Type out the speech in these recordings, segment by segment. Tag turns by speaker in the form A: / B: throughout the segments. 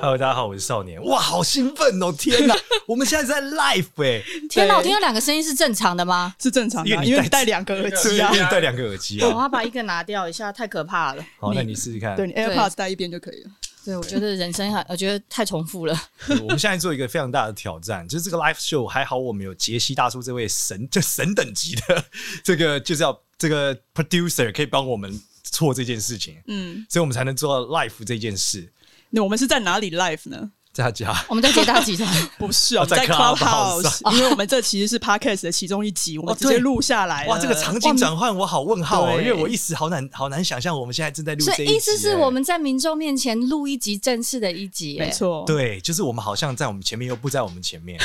A: Hello，大家好，我是少年。哇，好兴奋哦！天 哪，我们现在在 live 哎、
B: 天哪，
C: 对
B: 我听到两个声音是正常的吗？
C: 是正常的啊、因
A: 因为你
C: 为你戴
A: 戴
C: 两个耳
A: 是
C: 机啊
A: 因，为戴两个耳机
B: 我
A: 啊。
B: 要把一个拿掉一下，太可怕了。
A: 好，那你试试看。
C: 对你 AirPods 戴一边就可以了。
B: 对，我觉得人生还，我觉得太重复了。
A: 我们现在做一个非常大的挑战，就是这个 live show 还好我们有杰西大叔这位神，这神等级的 这个就是要这个 producer 可以帮我们做这件事情，
C: 嗯，
A: 所以我们才能做到 live 这件事。
C: 那我们是在哪里 live 呢？
A: 大家
B: 我们在接大吉他，
C: 不是啊，我
A: 啊
C: 们在
A: 在 Clubhouse 哦
C: Clubhouse，因为我们这其实是 Podcast 的其中一集，我们直接录下
B: 哎
C: 来了、
A: 哇，这
B: 呃
A: 个场景转换我好问号哦，
C: 对
A: 因为我一时好难好难想象我们现在正在录
B: 所
A: 这
B: 以
A: 一集耶。
B: 意思是我们在民众面前录一集正式的一集、哎
C: 没，错。
A: 对，就是我们好像在我们前面又不在我们 前面，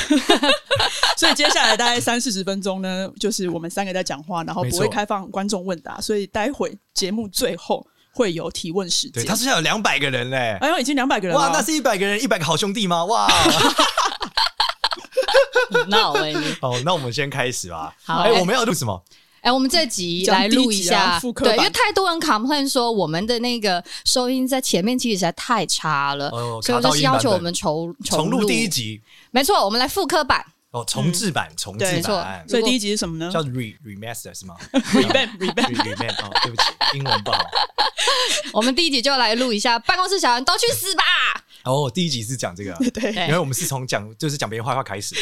C: 所以接下来大概三四十分钟呢，就是我们三个在讲话，然后
A: 没
C: 不
A: 错
C: 会开放观众问答，所以待会节目最后会有提问时
A: 对，
C: 间
A: 他。现在有两百个人嘞、
C: 哎呦，已经两百个人了
A: 哇
C: 哦，，
A: 那是一百个人，一百个好兄弟吗？ 哇，
B: 闹哎、你
A: 哦，那我们先开始吧。
B: 好
A: 哎、
B: 哎
A: 我们要录什么？
B: 哎，我们这集
C: 讲
B: 来录
C: 第一
B: 一
C: 集啊
B: 下，
C: 复刻
B: 对，
C: 版
B: 因为太多人 complain 说我们的那个收音在前面其实实在太差了，
A: 哦
B: 所以我
A: 卡到
B: 就
A: 音
B: 是
A: 版
B: 要求
A: 本
B: 我们重
A: 重
B: 录
A: 录第一。集
B: 没错，我们来复刻版，
A: 哦，重置版，重
C: 对
A: 置
C: 没
B: 错
A: 版
C: 所以第一集是什么呢
A: 叫 re remaster 是吗
C: ？Revamp Revamp，
A: ？revamp 哦，对不起，英文不好。
B: 我们第一集就来录一 下，办公室小人都去死吧！
A: 哦，第一集是讲这个，
C: 对，
B: 对
A: 因为我们是从讲就是讲别人坏话开 始。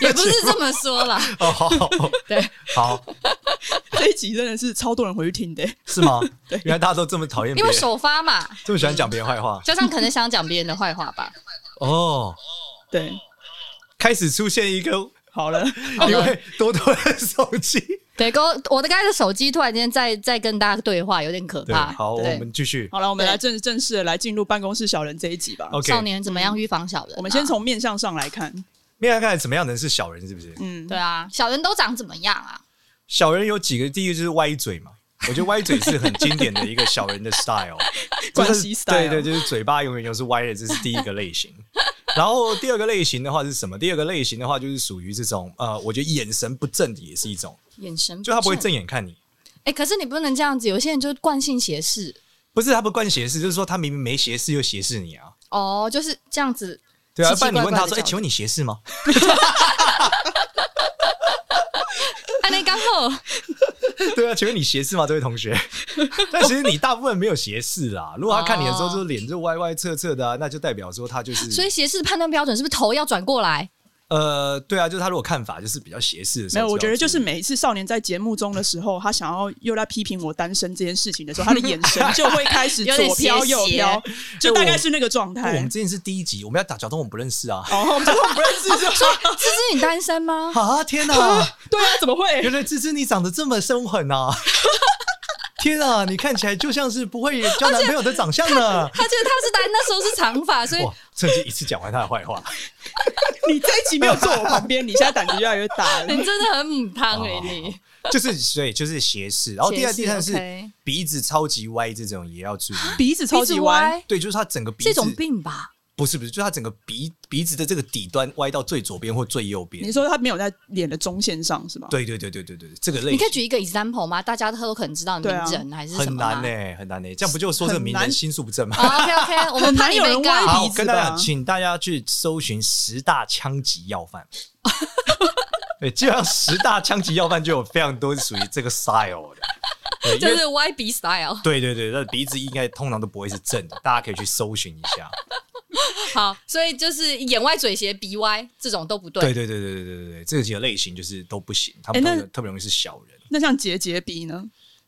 B: 也不是这么说 啦，
A: 哦，好，
B: 对，
A: 好，
C: 这一集真的是超多人回去听的。
A: 是吗？原来大家都这么讨厌别
B: 因为
A: 人，
B: 首发嘛，
A: 这么喜欢讲别人坏话
B: 加上可能想讲别人的坏话 吧。
A: 哦。
C: 对，
B: 嗯
A: 开始出现一个
C: 好 了，
B: 好
A: 因
B: 了
A: 为多多的手机。
B: 对，跟我我的刚才的手机突然间在在跟大家对话，有点可
A: 对，
B: 怕。
A: 好，我
B: 对
A: 们继续。
C: 好了，我们
B: 对
C: 来正正式的来进入办公室小人这一集吧。
A: OK，
B: 少年怎么样预防小人啊？
C: 我们先从面相上来看，
A: 面看看怎么样能是小人，是不是？
C: 嗯，
B: 对啊，小人都长怎么样啊？
A: 小人有几个，第一个就是歪嘴嘛。我觉得歪嘴是很经典的一个小人的 style，
C: 关
A: 就是
C: 系 style
A: 对对，就是嘴巴永远都是歪的，这是第一个类型。 然后第二个类型的话是什么？第二个类型的话就是属于这种呃，我觉得眼神不正的也是一种，
B: 眼神
A: 就他不会
B: 正
A: 正眼看你，
B: 哎、可是你不能这样子，有些人就是惯性斜视
A: 不是他不惯斜视，就是说他明明没斜视又斜视你啊。
B: 哦，就是这样子。
A: 对啊，
B: 奇
A: 不
B: 奇
A: 然你问
B: 怪
A: 他
B: 怪的
A: 说：“哎、
B: 角度
A: 请问你斜视吗
B: 哎，那刚好，？”
A: 对啊，请问你斜视吗，这位同学？ 但其实你大部分没有斜视啦。如果他看你的时候，
B: 哦
A: 就是脸就歪歪侧侧的、啊，那就代表说他就是。
B: 所以斜视判断标准是不是头要转过 来？
A: 呃，对啊，就是他如果看法就是比较斜视的时
C: 没
A: 候，
C: 有，我觉得就是
A: 要注意
C: 每一次少年在节目中的时候，他想要又在批评我单身这件事情 的时候，他的眼神就会开始
B: 有点
C: 左飘
B: 斜
C: 右
B: 斜
C: 飘，就大概是那个状
A: 不哦我
C: 态
A: 们。之前是第一集，我们要打假装我们不认识啊！
C: 哦， 我们真的不认识，是吧
B: 芝芝，你单身吗？
A: 啊，天哪！
C: 对啊，怎么会
A: 原？来芝芝你长得这么凶狠啊！ 天啊，你看起来就像是不会交男朋友的长相呢！
B: 他觉得他是单，那时候是长发， 所以
A: 哇，趁机一次讲完他的坏话，
C: 你这一集没有坐我旁边，你现在胆子越来越大了。
B: 你真的很母汤哎、你。
A: 就是所以就是斜视，然后第二、
B: 斜视
A: 第三是
B: OK
A: 鼻子超级歪，这种也要注意。
C: 鼻子超级
B: 鼻子
C: 歪，
B: 歪
A: 对，就是他整个鼻
B: 是
A: 子
B: 一种病吧？
A: 不是不是，就是他整个鼻鼻子的这个底端歪到最左边或最右边
C: 你。说他没有在脸的中线上是吗？，
A: 对对对对对对，这个类
B: 你可
A: 型
B: 以举一个 example 吗？大家都可能知道名人还是什
A: 很
B: 么吗？啊
A: 难呢、欸很难呢、这样不就说这个名
C: 很
A: 人
C: 难
A: 心术不正 吗？
B: OK OK，我们怕你被
C: 很难有人
B: 告
C: 歪。
A: 好，
C: 鼻子
A: 跟大家
C: 吧
A: 讲，请大家去搜寻十大枪击要犯。 对，基本上十大枪击要犯就有非常多是属于这个 style 的。对，因
B: 就
A: 为
B: 是 Y B style。
A: 对对对，那鼻子应该通常都不会是正的，大家可以去搜寻一下。
B: 好，所以就是眼歪嘴斜、鼻歪这种都不对。
A: 对对对对对对对对，这几个类型就是都不行，他们
C: 诶
A: 特
C: 那
A: 别、特别容易是小人。
C: 那像结节鼻呢？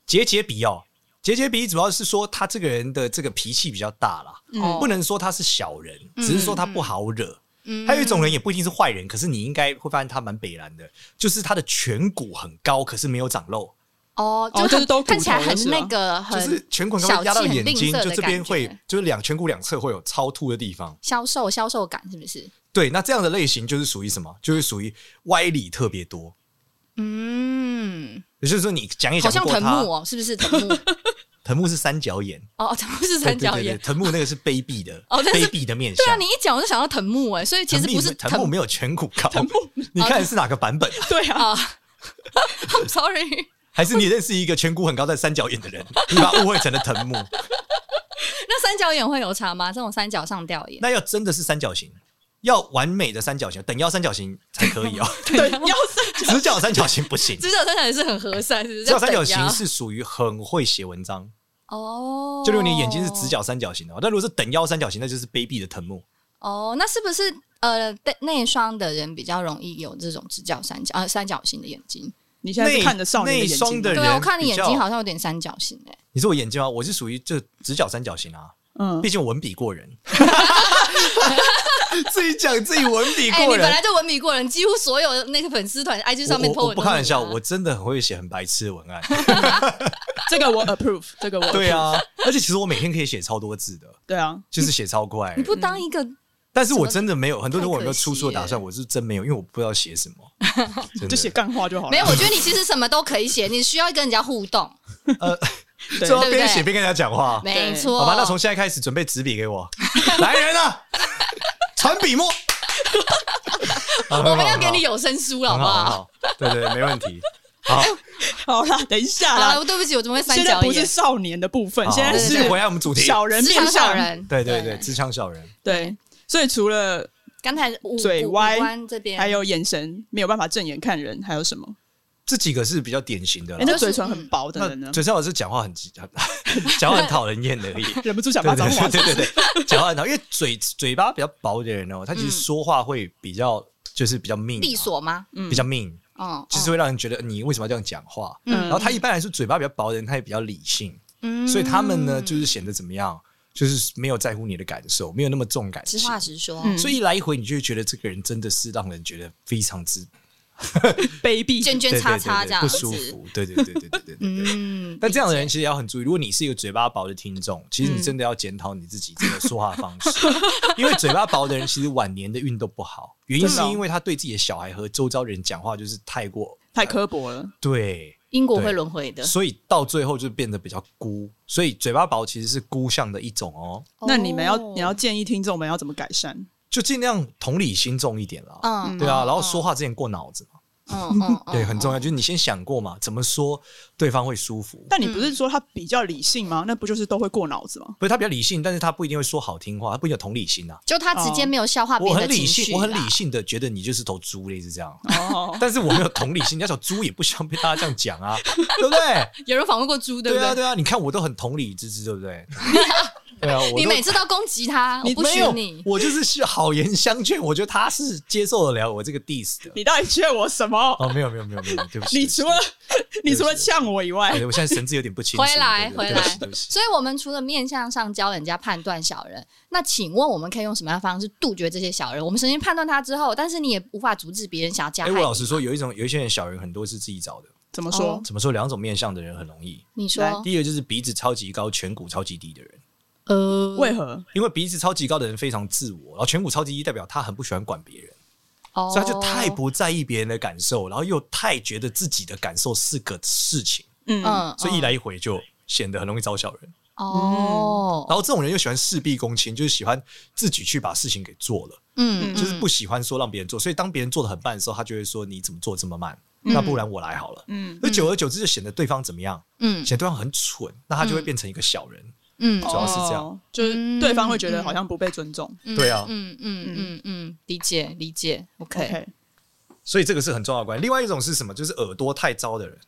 A: 结节鼻哦，结节鼻主要是说他这个人的这个脾气比较大啦，
B: 哦
A: 不能说他是小人，
B: 嗯
A: 只是说他不好惹。
B: 嗯
A: 还有一种人也不一定是坏人，可是你应该会发现他蛮北蓝的，就是他的颧骨很高，可是没有长肉，
B: 哦，
C: 哦就是
B: 很
C: 都骨头
B: 看起来
C: 是
B: 很
C: 吧
B: 那个，
A: 就
B: 很
A: 是颧骨很
B: 小
A: 高
B: 气
A: 压到眼
B: 很吝
A: 睛，
B: 啬的
A: 就这边会
B: 感觉
A: 就是两颧骨两侧会有超凸的地方。
B: 消瘦消瘦感，是不是？
A: 对，那这样的类型就是属于什么？就是属于歪理特别多，
B: 嗯，
A: 也就是说你讲也
B: 好
A: 讲
B: 像
A: 不过
B: 藤
A: 他，
B: 木哦，是不是藤木？
A: 藤木是三角眼，
B: 哦，藤木是三角
A: 对对对
B: 眼
A: 对。藤木那个是卑鄙的，
B: 哦但
A: 卑
B: 是
A: 鄙的面相。
B: 对啊，你一讲我就想到藤木哎，所以其实
A: 藤木
B: 不是
A: 藤木没有颧骨高，
C: 藤木
A: 你
B: 哦
A: 看的是哪个版本？
C: 对啊，
B: 啊。I'm sorry，
A: 还是你认识一个颧骨很高但三角眼的人，你把他误会成了藤 木？
B: 那三角眼会有差吗？这种三角上吊眼，
A: 那要真的是三角形，要完美的三角形，等腰三角形才 可以哦，
C: 对，要是
A: 直角三角形不行。
B: 啊直角三角也是很和善，是不是？
A: 直角三角
B: 叫等
A: 形
B: 腰
A: 是属于很会写文章，
B: 哦，
A: 就如果你眼睛是直角三角形的话，但如果是等腰三角形，那就是卑鄙的藤木。
B: 哦，那是不是呃内内双的人比较容易有这种直角三角呃三角形的眼睛？
C: 你现在是看着少年的
A: 内
C: 眼
A: 双
C: 睛
A: 的
C: 吗，
B: 对啊，
A: 人
B: 我看你眼
A: 比
B: 睛
A: 较
B: 好像有点三角形哎、
A: 你说我眼睛吗？我是属于就直角三角形啊，
C: 嗯，
A: 毕竟我文笔过人。 自己讲自己文笔
B: 哎、
A: 过
B: 你本
A: 人，
B: 来就文笔过人，几乎所有那个粉丝团 IG 上面
A: 我
B: po
A: 我
B: 文
A: 我
B: 都是
A: 不开
B: 你啊
A: 玩笑，我真的很会写很白痴的文 案。
C: 这个我 approve，这个我
A: 对啊，而且其实我每天可以写超多字的，
C: 对啊，
A: 就是写超快
B: 你。不当一个
A: 嗯但是我真的没有，很多人问我有没有
B: 太可惜
A: 出书的打算，
B: 了
A: 我是真没有，因为我不知道写什 么。真的
C: 就 写干话就好了。
B: 没有，我觉得你其实什么都可以写，你需要跟人家互 动，
C: 对
A: 最后
B: 对
A: 边
B: 不对
A: 写边跟大家讲话。
B: 没错。
A: 好吧，那从现在开始准备纸笔给我， 来人啊，传笔墨。
B: 我
A: 我
B: 们要给你有声书了，好
A: 很
B: 不
A: 好，很
B: 好？
A: 好，对对，没问题。 好，
C: 好啦，等一下
B: 好
C: 啦
B: 了，，对不起，我怎么会三
C: 现在
B: 角
C: 不
B: 眼
C: 是？少年的部分，
A: 好
C: 现在
A: 对对
C: 是
A: 对回哦来我们主题
C: 小人
B: 职场
C: 面
B: 小
C: 上，
B: 人，
A: 对对对，职场小人，
C: 对，所以除了
B: 刚才五
C: 嘴
B: 五
C: 歪
B: 五官这边
C: 还有眼神没有办法正眼看人，还有什么？
A: 这几个是比较典型的
C: 哎、
A: 啦。
C: 那嘴唇很薄的人呢
A: 嗯那，嘴上老师讲话很 急讲话很讨人厌 而已。
C: 忍不住想
A: 对
C: 骂脏
A: 对
C: 话。
A: 对对对对，讲话很讨厌，因为嘴嘴巴比较薄的人哦，他其实
B: 嗯
A: 说话会比较就是比较命、
B: 利索吗？
C: 嗯
A: 比较命，
B: 哦，
A: 就是会让人觉得你为什么要这样讲话。
C: 嗯
A: 然后他一般来说嘴巴比较薄的人，他也比较理性，
B: 嗯
A: 所以他们呢就是显得怎么样，就是没有在乎你的感受，没有那么重感
B: 实
A: 情。
B: 话实说，
C: 嗯
A: 所以一来一回，你就会觉得这个人真的是让人觉得非常之
C: 卑鄙，
B: 圈圈
A: 对对
B: 叉
A: 对
B: 叉
A: 对
B: 这样
A: 不
B: 子
A: 舒，服。对对对对对对对对。
B: 嗯，
A: 但这样的人其实要很注意，如果你是一个嘴巴薄的听众，其
B: 嗯
A: 实你真的要检讨你自己这个说话方 式，因为嘴巴薄的人其实晚年的运都不好，原因
B: 哦
A: 是因为他对自己的小孩和周遭人讲话就是太过
C: 太刻薄了。
A: 对，
B: 因果
A: 对
B: 会轮回的。
A: 所以到最后就变得比较孤，所以嘴巴薄其实是孤相的一种哦，
C: 那你们要
B: 哦
C: 你要建议听众们要怎么改善？
A: 就尽量同理心重一点啦。
B: 嗯
A: 对啊，然后说话之前过脑子嘛，
B: 嗯嗯，嗯
A: 对，很重要，就是你先想过嘛，怎么说对方会舒服。
C: 但你不是说他比较理性吗？那不就是都会过脑子 吗？
A: 不是他比较理性，但是他不一定会说好听话，他不一定有同理心啊。
B: 就他直接没有消化别
A: 我
B: 人的
A: 很
B: 情
A: 理
B: 绪啊
A: 性，
B: 啦，
A: 我很理性的觉得你就是头猪，类似这样。
C: 哦，
A: 但是我没有同理心，你要小猪也不想被大家这样讲啊， 对不对？
B: 有人访问过猪， 对不
A: 对啊，？对啊，你看我都很同理之至，对不 对？对啊，我
B: 你
A: 都
B: 每次都攻击他，我
A: 你
B: 不
A: 没
B: 许
A: 有
B: 你，。
A: 我就是是好言相劝，我觉得他是接受得了我这个 diss 的。
C: 你到底劝我什么？
A: 哦，没有没有没有没有，对不起。
C: 你
A: 对不起
C: 除了
A: 对
C: 你
A: 不起
C: 除了呛我以
A: 哎
C: 外
A: 对，我现在神志有点不清楚。
B: 回来，
A: 对
B: 回
A: 对对
B: 来
A: 对不。起，
B: 所以，我们除了面相上教人家判断小人，那请问我们可以用什么样的方式杜绝这些小人？我们首先判断他之后，但是你也无法阻止别人想要加
A: 对
B: 害
A: 不
B: 你。
A: 起。哎，我老实说，有一种有一些人小人很多是自己找的。
C: 怎么说
B: 哦？
A: 怎么说？两种面相的人很容易。
B: 你
C: 来
B: 说，
A: 第一个就是鼻子超级高、颧骨超级低的人。
B: 呃，
C: 为何？
A: 因为鼻子超级高的人非常自我，然后颧骨超级低代表他很不喜欢管别人，
B: 哦
A: 所以他就太不在意别人的感受，然后又太觉得自己的感受是个事情，
C: 嗯，
B: 嗯，
A: 所以一来一回就显得很容易招小人。
B: 哦，
A: 然后这种人又喜欢事必躬亲，就是喜欢自己去把事情给做了，
B: 嗯，
A: 就是不喜欢说让别人做。所以当别人做的很慢的时候，他就会说：“你怎么做这么慢？
B: 嗯
A: 那不然我来好了。”
C: 嗯，
A: 那久而久之就显得对方怎么样？
B: 嗯
A: 显得对方很蠢，那他就会变成一个小人。
B: 嗯
A: 主要是这样
C: 哦，就是对方会觉得好像不被尊重。
B: 嗯，
A: 对啊
B: 嗯嗯嗯嗯，理解理解，OK，
C: OK，嗯
A: 所以这个是很重要的关系。另外一种是什么？就是耳朵太糟的人，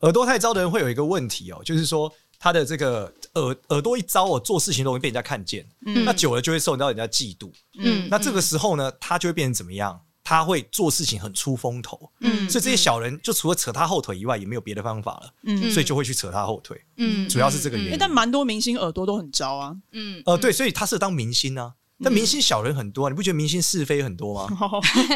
A: 耳朵太糟的人会有一个问题哦，就是说他的这个耳耳朵一糟哦，做事情容易被人家看见，
C: 嗯
A: 那久了就会受到人家嫉妒。
B: 嗯，
A: 那这个时候呢，他就会变成怎么样？他会做事情很出风头，
B: 嗯
A: 所以这些小人就除了扯他后腿以外，也没有别的方法了，
C: 嗯，
A: 所以就会去扯他后腿。
B: 嗯
A: 主要是这个原因
C: 哎但蛮多明星耳朵都很招 啊。
B: 嗯，
A: 呃，对，所以他是当明星啊。但明星小人很多、啊，你不觉得明星是非很 多吗？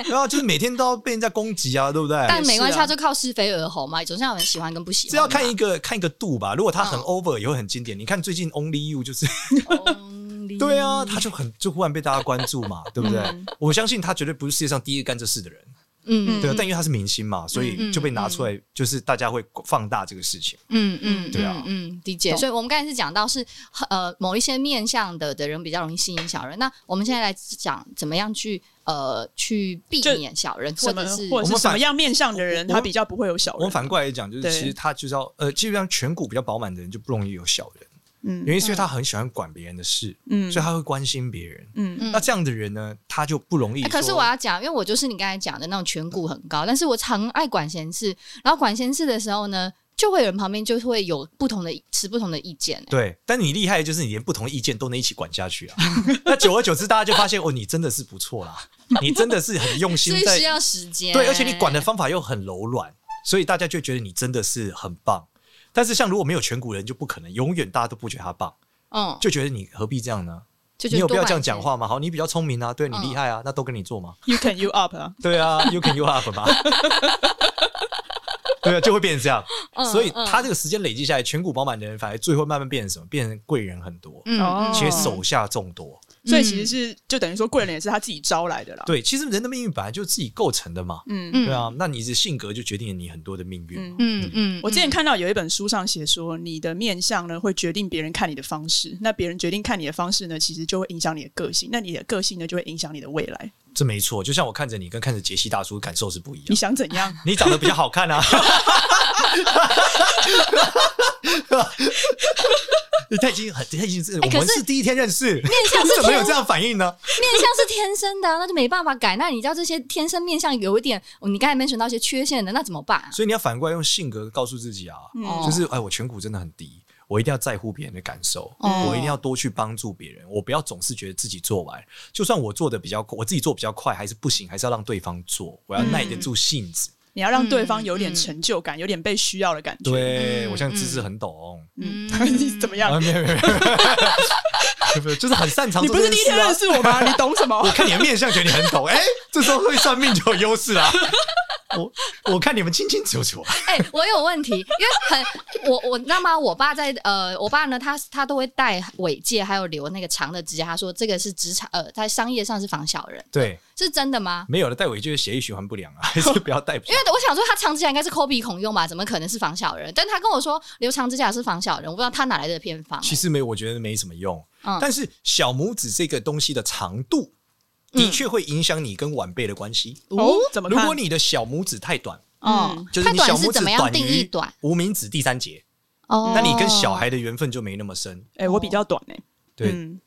A: 然后就是每天都要被人家攻击啊，对不对？
B: 但没关系，
C: 是啊
B: 他就靠是非而红嘛，总是有人喜欢跟不喜欢嘛。
A: 这要看一个看一个度吧。如果他很
B: 嗯
A: over，也会很经典。你看最近 Only You 就是
B: Only
A: 对啊，他就很就忽然被大家关注嘛，对不对
C: 嗯？
A: 我相信他绝对不是世界上第一个干这事的人，
B: 嗯
A: 对啊，但因为他是明星嘛，所以就被拿出来，就是大家会放大这个事情。
B: 嗯嗯，
A: 对啊
B: 嗯，嗯理解。
C: 懂
B: 所以我们刚才是讲到是呃某一些面向的的人比较容易吸引小人，那我们现在来讲怎么样去呃去避
C: 就
B: 免小人，或
C: 什么
B: 者是啊
C: 或者
A: 我
C: 是
A: 们
C: 什
A: 反
C: 么样面向的人，
A: 我
C: 他比较不会有小
A: 我们
C: 人。
A: 反过来讲，就是
C: 对
A: 其实他就是要呃，基本上颧骨比较饱满的人就不容易有小人，
C: 嗯
A: 原因是因为他很喜欢管别人的事，
C: 嗯
A: 所以他会关心别人。
C: 嗯
B: 嗯
A: 那这样的人呢，他就不容易
B: 哎
A: 说。
B: 可是我要讲，因为我就是你刚才讲的那种颧骨很高，但是我常爱管闲事，然后管闲事的时候呢，就会有人旁边就会有不同的持不同的意见、欸
A: 对，但你厉害的就是你连不同意见都能一起管下去啊。 那久而久之，大家就发现哦，你真的是不错啦，你真的是很用 心
B: 所以
A: 在
B: 需要时间。
A: 对，而且你管的方法又很柔软，所以大家就觉得你真的是很棒。但是像如果没有颧骨人，就不可能永远大家都不觉得他棒，
B: 嗯，
A: 就觉得你何必这样呢？
B: 就
A: 你有必
B: 多
A: 要
B: 管
A: 这样
B: 闲
A: 讲
B: 事。
A: 话吗？好，你比较聪明啊，对你
B: 嗯
A: 厉害啊，那都跟你做嘛。
C: ，You can you up 啊，
A: 对啊，You can you up 嘛。对啊，就会变成这样，
B: 嗯
A: 所以他这个时间累积下来，颧骨饱满的人，反而最后慢慢变成什么？变成贵人很多，
B: 嗯
C: 哦
A: 且手下众多。
C: 所以其实是就等于说贵人也是他自己招来的啦。，
A: 对，其实人的命运本来就自己构成的嘛。
C: 嗯
B: 嗯
A: 对啊，那你的性格就决定了你很多的命运嘛。
C: 嗯
B: 嗯嗯，
C: 我之前
B: 嗯
C: 看到有一本书上写说，你的面相呢会决定别人看你的方式，那别人决定看你的方式呢，其实就会影响你的个性，那你的个性呢就会影响你的未来。
A: 这没错，就像我看着你跟看着杰西大叔感受是不一
C: 你
A: 样。
C: 想怎样？
A: 你长得比较好看啊！ 他已经很，他已经是、
B: 哎可
A: 我
B: 是
A: 们是第一天认识，
B: 相
A: 你
B: 是
A: 怎么有
B: 天
A: 这样反应呢？
B: 面相是天生的啊、那就没办法改。那你知道这些天生面相有一点，哦你刚才 mention 到一些缺陷的，那怎么办、啊？
A: 所以你要反过来用性格告诉自己啊，
B: 哦
C: 嗯
A: 就是哎，我颧骨真的很低，我一定要在乎别人的感受，
B: 哦
A: 我一定要多去帮助别人，我不要总是觉得自己做完，就算我做的比较，我自己做比较快还是不行，还是要让对方做，我要耐得住性子。
C: 你要让对方有点成就感，有点被需要的感觉。
A: 对，
B: 嗯
A: 我像芝芝很懂。
C: 嗯
B: 嗯，
C: 你怎么样？
A: 啊，没有没有，没有不是就是很擅长
C: 你
A: 做
C: 不
A: 这
C: 是第一
A: 件事
C: 天
A: 啊
C: 认。识我吗？你懂什么
A: 我？看你的面相，觉得你很懂。哎、这时候会算命就有优势啦。我我看你们清清楚楚啊。
B: 哎、我有问题，因为很 我我你知道吗？我爸在呃，我爸呢，他他都会戴尾戒，还有留那个长的指甲。他说这个是职场呃，在商业上是防小人，
A: 对，
B: 是真的吗？
A: 没有了，戴尾就是血液循环不良啊，还是不要戴。
B: 因为我想说，他长指甲应该是抠鼻孔用吧，怎么可能是防小人？但他跟我说留长指甲是防小人，我不知道他哪来的偏方、
A: 其实没，我觉得没什么用。
B: 嗯
A: 但是小拇指这个东西的长度，的确会影响你跟晚辈的关系。
C: 哦，嗯怎么
A: 如
C: 看？
A: 果你的小拇指太短，
B: 嗯，
A: 就是
B: 他
A: 你小
B: 短
A: 拇
B: 是
A: 指
B: 怎么样
A: 短
B: 定义
A: 于
B: 短？
A: 无名指第三节，
B: 哦，
A: 那你跟小孩的缘分就没那么深。
C: 哎、我比较短哎、
A: 对
C: 嗯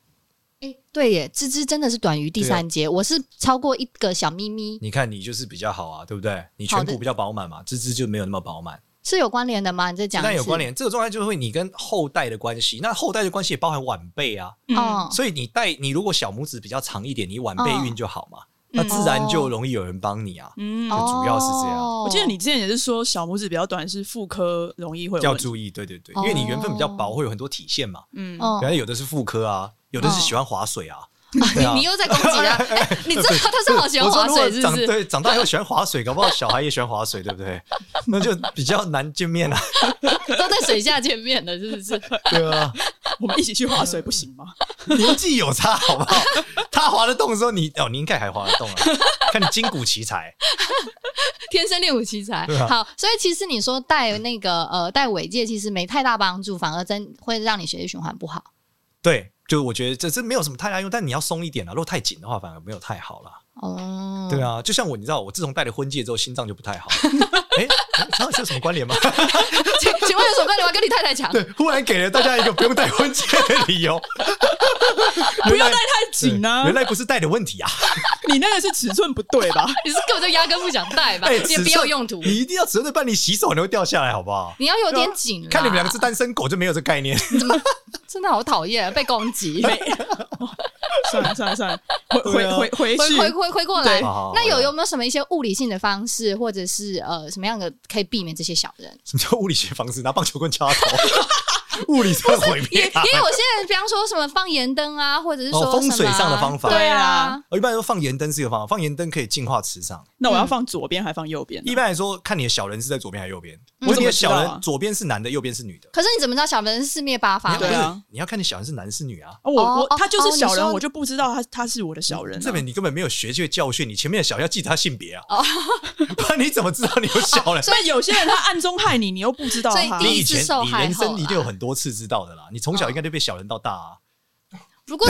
B: 哎、对耶，芝芝真的是短于
A: 啊
B: 第三节，我是超过一个小咪咪，
A: 你看，你就是比较好啊，对不对？你
B: 好
A: 颧
B: 的
A: 骨比较饱满嘛，芝芝就没有那么饱满。
B: 是有关联的吗？你在讲一次
A: 但有关联，这个状态就会你跟后代的关系，那后代的关系也包含晚辈啊，
C: 嗯
B: 哦，
A: 所以你带你如果小拇指比较长一点，你晚辈运就好嘛，
C: 嗯
A: 那自然就容易有人帮你啊。
C: 嗯，
A: 哦主要是这样
B: 哦
C: 我记得你之前也是说小拇指比较短是妇科容易会有
A: 要
C: 问题，
A: 注意，对对对，因为你缘分比较薄，会有很多体现嘛。
C: 嗯，
B: 哦
A: 原来有的是妇科啊，有的是喜欢 划水啊。对
B: 你
A: 啊
B: 你又在攻击 他，哎，你知道他是好喜欢划水
A: 我说如果
B: 是不
A: 长
B: 是？
A: 对，长大以后喜欢划水，搞不好小孩也喜欢划水，对不对？那就比较难见 面啊。
B: 都在水下见面的，是不 是？
A: 对啊，
C: 我们一起去划水不行吗？
A: 年纪有差，好不好？他划得动的时候，你哦，你应该还划得动啊，看你筋骨奇才。
B: 天生练武奇才
A: 对。啊
B: 好，所以其实你说戴那个呃戴尾戒，其实没太大帮助，反而真会让你血液循环不好。
A: 对，就我觉得这这没有什么太大用，但你要松一点啊。如果太紧的话，反而没有太好啦。
B: 哦，
A: 对啊，就像我，你知道，我自从戴了婚戒之后，心脏就不太好。 哎、这这有什么关联吗？
B: 请请问有什么关联吗？跟你太 太讲，
A: 对，忽然给了大家一个不用戴婚戒的理由，
C: 不要戴太紧啊
A: 对！原来不是戴的 问题啊，
C: 你那个是尺寸不对吧？
B: 你是根本就压根不想戴吧？
A: 哎，
B: 也
A: 尺
B: 别
A: 寸
B: 有用途，
A: 你一定要尺寸对半，你洗手你会掉下来，好不
C: 啊
A: 好？
B: 你要有点紧啦。
A: 看你们两个是单身狗就没有这概念，
B: 真的好讨厌，被攻击。
C: 算了算了算了，回
A: 对
C: 回
A: 啊
C: 回回
B: 回回
C: 去，
B: 回回过来
C: 对
A: 哦好好好，
B: 那有有没有什么一些物理性的方式，或者是呃什么样的可以避免这些小人？
A: 什么叫物理学方式？拿棒球棍敲他头， 物理上毁
B: 也也
A: 灭、啊。
B: 有些人，比方说什么放盐灯啊，或者是说、
A: 哦风水上的方法
B: 对
C: 对
B: 啊
C: 啊，
A: 哦我一般来说放盐灯是一个方法，放盐灯可以净化磁场。
C: 那
B: 嗯
C: 我要放左边还放右边呢？
A: 一般来说，看你的小人是在左边还是右边。
B: 嗯
A: 如果你
C: 啊
A: 的
C: 我
A: 小
C: 怎么知道啊
A: 人左边是男的，右边是女的，
B: 可是你怎么知道小人是四面八方
A: 你要
C: 对
B: 的？
C: 啊
A: 不是你要看你小人是男是女啊。
C: 啊我
B: 哦哦
C: 我他就
B: 哦
C: 是
B: 你
C: 小人，
B: 说
C: 我就不知道他他是我的小人啊。
A: 这边你根本没有学这个教训，你前面的小人要记得他性别啊，
B: 哦
A: 不然你怎么知道你 有小人？
C: 所以有些人他暗中害你，你又不知道
B: 所以
C: 他。
B: 第
A: 你
B: 一
A: 以前
B: 次受
A: 你
B: 害
A: 人
B: 后
A: 生一定
B: 啦嗯
A: 有很多次知道的啦，你从小应该就被小人到大 啊。
B: 如果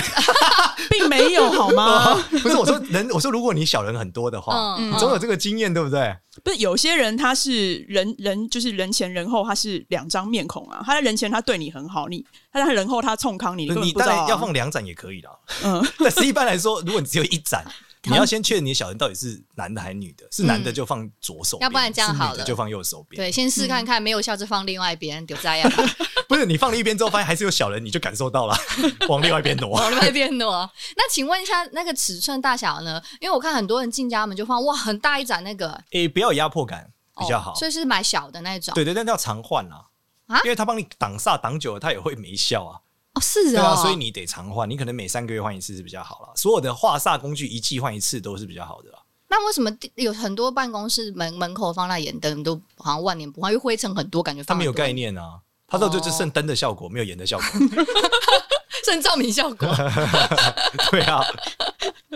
C: 并没有好吗？
A: 不是我说人，我说如果你小人很多的话，
B: 啊嗯
A: 你总有这个经验，对不对？
C: 不是有些人他是人人就是人前人后他是两张面孔啊，他在人前他对你很好，你他在人后他冲康你，你根本
A: 你
C: 不知
A: 当
C: 道啊
A: 然要放两盏也可以啦，
C: 嗯，
A: 但是一般来说，如果你只有一盏，
B: 嗯
A: 你要先确认你小人到底是男的还是女的，是男的就放左手边，
B: 要不然这样
A: 是女的
B: 好了
A: 就放右手边。
B: 对，，先试看看，没有效就放另外一边，就这样，
A: 不是你放了一边之后，发现还是有小人，你就感受到了， 往另外一边挪。
B: 往另外一边挪。那请问一下，那个尺寸大小呢？因为我看很多人进家门就放哇，很大一盏那个
A: 诶、哎不要有压迫感比较好。
B: 哦所以是买小的那种。
A: 对对，但要常换啦
B: 啊，
A: 因为他帮你挡煞挡久了，他也会没效啊。
B: 哦，是
A: 对啊，
B: 哦，
A: 所以你得常换，你可能每三个月换一次是比较好啦。所有的化煞工具一季换一次都是比较好的啦。
B: 那为什么地有很多办公室门门口放那盐灯都好像万年不换，因为灰尘很多，感觉
A: 他
B: 放
A: 没 有
B: 很多
A: 概，念啊，他到最后就剩灯的效果，没有盐的效果。
B: 甚至照 明效果。
A: 对啊，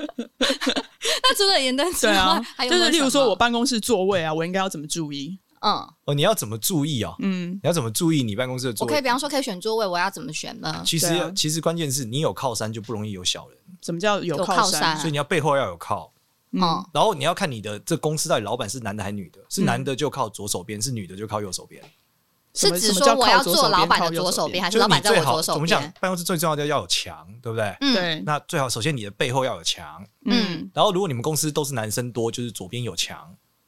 B: 那除了盐灯之
C: 对
B: 外，
C: 啊，
B: 还有
C: 就
B: 没有
C: 是例如
B: 什
C: 说
B: 么
C: 我办公室座位啊，我应该要怎么注意？
B: 嗯，
A: 哦，你要怎么注意哦？
C: 嗯，
A: 你要怎么注意你办公室的座
B: 我可以
A: 位
B: 比？方说可以选座位，我要怎么选呢？
A: 其实
C: 对啊
A: 要，其实关键是你有靠山就不容易有小人，
C: 什么叫有
B: 有
C: 靠
B: 靠山啊
A: 所以你要背后要有靠。
C: 嗯
B: 嗯，
A: 然后你要看你的这公司到底老板是男的还是女的，是男的就靠左手边，是女的就靠右手边。
C: 什
B: 是
C: 么
B: 指
C: 什么叫
B: 说我要
C: 靠左手
B: 做老板的
C: 边
B: 左手边，还是
A: 就
B: 老
A: 是
B: 板
A: 你
B: 在我
A: 最
B: 左
A: 好
B: 手
A: 我们讲
B: 边？
A: 办公室最重要的要有墙，对不对？
B: 嗯，
C: 对，
A: 那最好首先你的背后要有墙，
C: 嗯
B: 嗯
A: 然后如果你们公司都是男生多，就是左边有墙；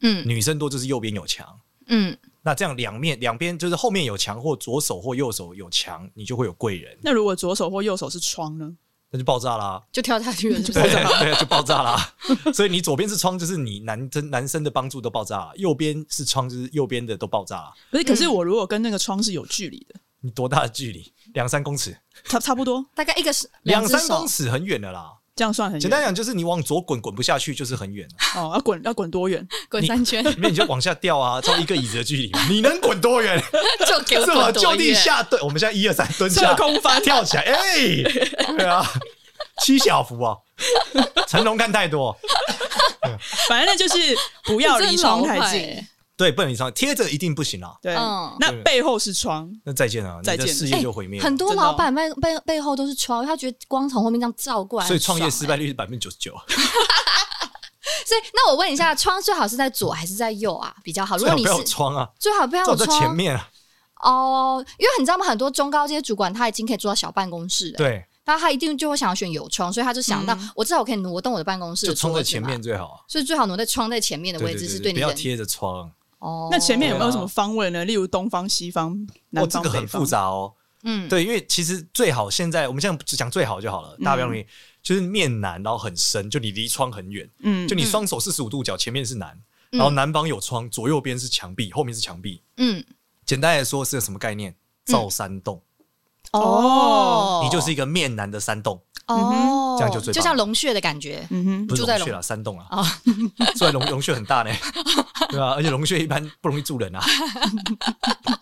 B: 嗯
A: 女生多就是右边有墙。
B: 嗯，
A: 那这样两面两边就是后面有墙或左手或右手有墙，你就会有贵人，
C: 那如果左手或右手是窗呢？
A: 那就爆炸啦。
B: 就跳 下去了，是不
A: 对
B: 是？
A: 对，就爆炸啦。所以你左边是窗，就是你男真男生的帮助都爆炸了；右边是窗，就是右边的都爆炸了。
C: 不是，可是我如果跟那个窗是有距离的，
A: 你多大的距离？两三公尺，
C: 差差不多，
B: 大概一个是
A: 两
B: 只
A: 三
B: 手，
A: 公尺很远的啦。
C: 这样算很
A: 简单
C: 远
A: 讲，就是你往左滚，滚不下去就是很远了。
C: 哦。要滚要滚多远？
B: 滚
A: 你
B: 三圈
A: 那你就往下掉啊，照一个椅子的距离，你能滚多远？
B: 就给我
A: 是吗？
B: 滚
A: 就
B: 多
A: 地
B: 远？
A: 下蹲，我们现在一二三蹲
C: 侧
A: 下，
C: 空翻
A: 跳起来， 哎、对啊，七小福啊，成龙看太多，
C: 反正就是不要离窗 太
B: 真老派
C: 近。
A: 对，不能上贴着一定不行啊，
C: 对
B: 嗯，
C: 那背后是窗，
A: 那再见啊，
C: 再见
A: 你的事业就毁灭了。
B: 哎很多
C: 真的哦
B: 老板背背背后都是窗，他觉得光从后面这样照过来
A: 所
B: 很
A: 以
B: 爽欸，
A: 创业失败率是百分之九十九，
B: 所以，那我问一下，窗最好是在左还是在右啊？比较好。 如
A: 最
B: 果
A: 好
B: 你
A: 不要有
B: 是
A: 窗啊，
B: 最好不要
A: 照
B: 有
A: 在
B: 窗
A: 前面啊。
B: 哦，因为你知道吗？很多中高阶主管他已经可以做到小办公室了，，
A: 对，
B: 那他一定就会想要选有窗，所以他就想到、
C: 嗯
B: 我至少可以挪动我的办公室
A: 就
B: 的
A: 窗
B: 桌
A: 在
B: 子
A: 前
B: 嘛
A: 面，最好啊。
B: 所以最好挪在窗在前面的位置是
A: 对，
B: 你
A: 不要
B: 的
A: 贴着窗。
B: 哦。
C: 那前面有没有
A: 对啊
C: 什么方位呢？例如东方、西方、
A: 哦，
C: 南
A: 这
C: 方、
A: 个
C: 北
A: 很
C: 方
A: 复。杂哦。
B: 嗯，
A: 对，因为其实最好现在我们现在只讲最好就好了，
B: 嗯
A: 大家不要容易，就是面南，然后很深，就你离窗很远，
C: 嗯
A: 就你双手四十五度角，前面是南，
B: 嗯
A: 然后南方有窗，左右边是墙壁，后面是墙壁。
B: 嗯，
A: 简单来说是个什么概念？造山洞，
C: 哦
A: 你就是一个面南的山洞，
B: 哦，
A: 这样就最棒
B: 就像龙穴的感觉，
C: 嗯哼，
A: 不是
B: 住在
A: 龙穴
B: 龙
A: 啦，山洞啦
B: 哦。
A: 虽然龙龙穴很大呢， 对吧、而且龙穴一般不容易住人啊。嗯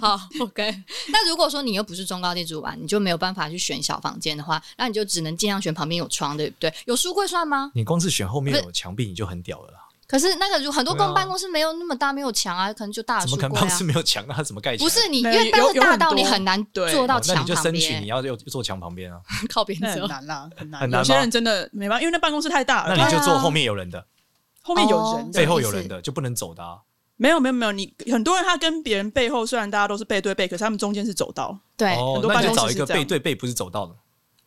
B: 好，OK。那如果说你又不是中高阶主管，你就没有办法去选小房间的话，那你就只能尽量选旁边有窗，对不对？有书柜算吗？
A: 你光是选后面有墙壁，你就很屌了啦。
B: 可是那个如很多
A: 对啊
B: 公办公室没有那么大，没有墙啊，可能就大的
A: 怎
B: 书
A: 么可能
B: 柜
A: 办公
B: 啊
A: 室。没有墙？那它怎么盖起来？
B: 不是你，因
C: 没有
B: 为办公室
C: 有有
B: 大
C: 很
B: 到
C: 多
B: 你很难
C: 对
B: 坐到
A: 哦那
B: 墙
A: 你就
B: 旁
A: 争取你
B: 边，
A: 要要坐墙旁边啊，
B: 靠边
C: 那很
B: 走。
C: 难啦，很难。
A: 很难吗啊
C: 有些人真的没办法，因为那办公室太大了，
A: 那你就
B: 对啊
A: 坐后面有人的，
C: 后面有人
B: 哦
C: 的。
A: 背后有人的就不能走的啊。
C: 没有没有没有，你很多人他跟别人背后虽然大家都是背对背，可是他们中间是走道。
B: 对，
A: 哦
C: 很，多
A: 那你就
C: 办公室
A: 找一
C: 是
A: 个
C: 这样
A: 背对背不是走道的，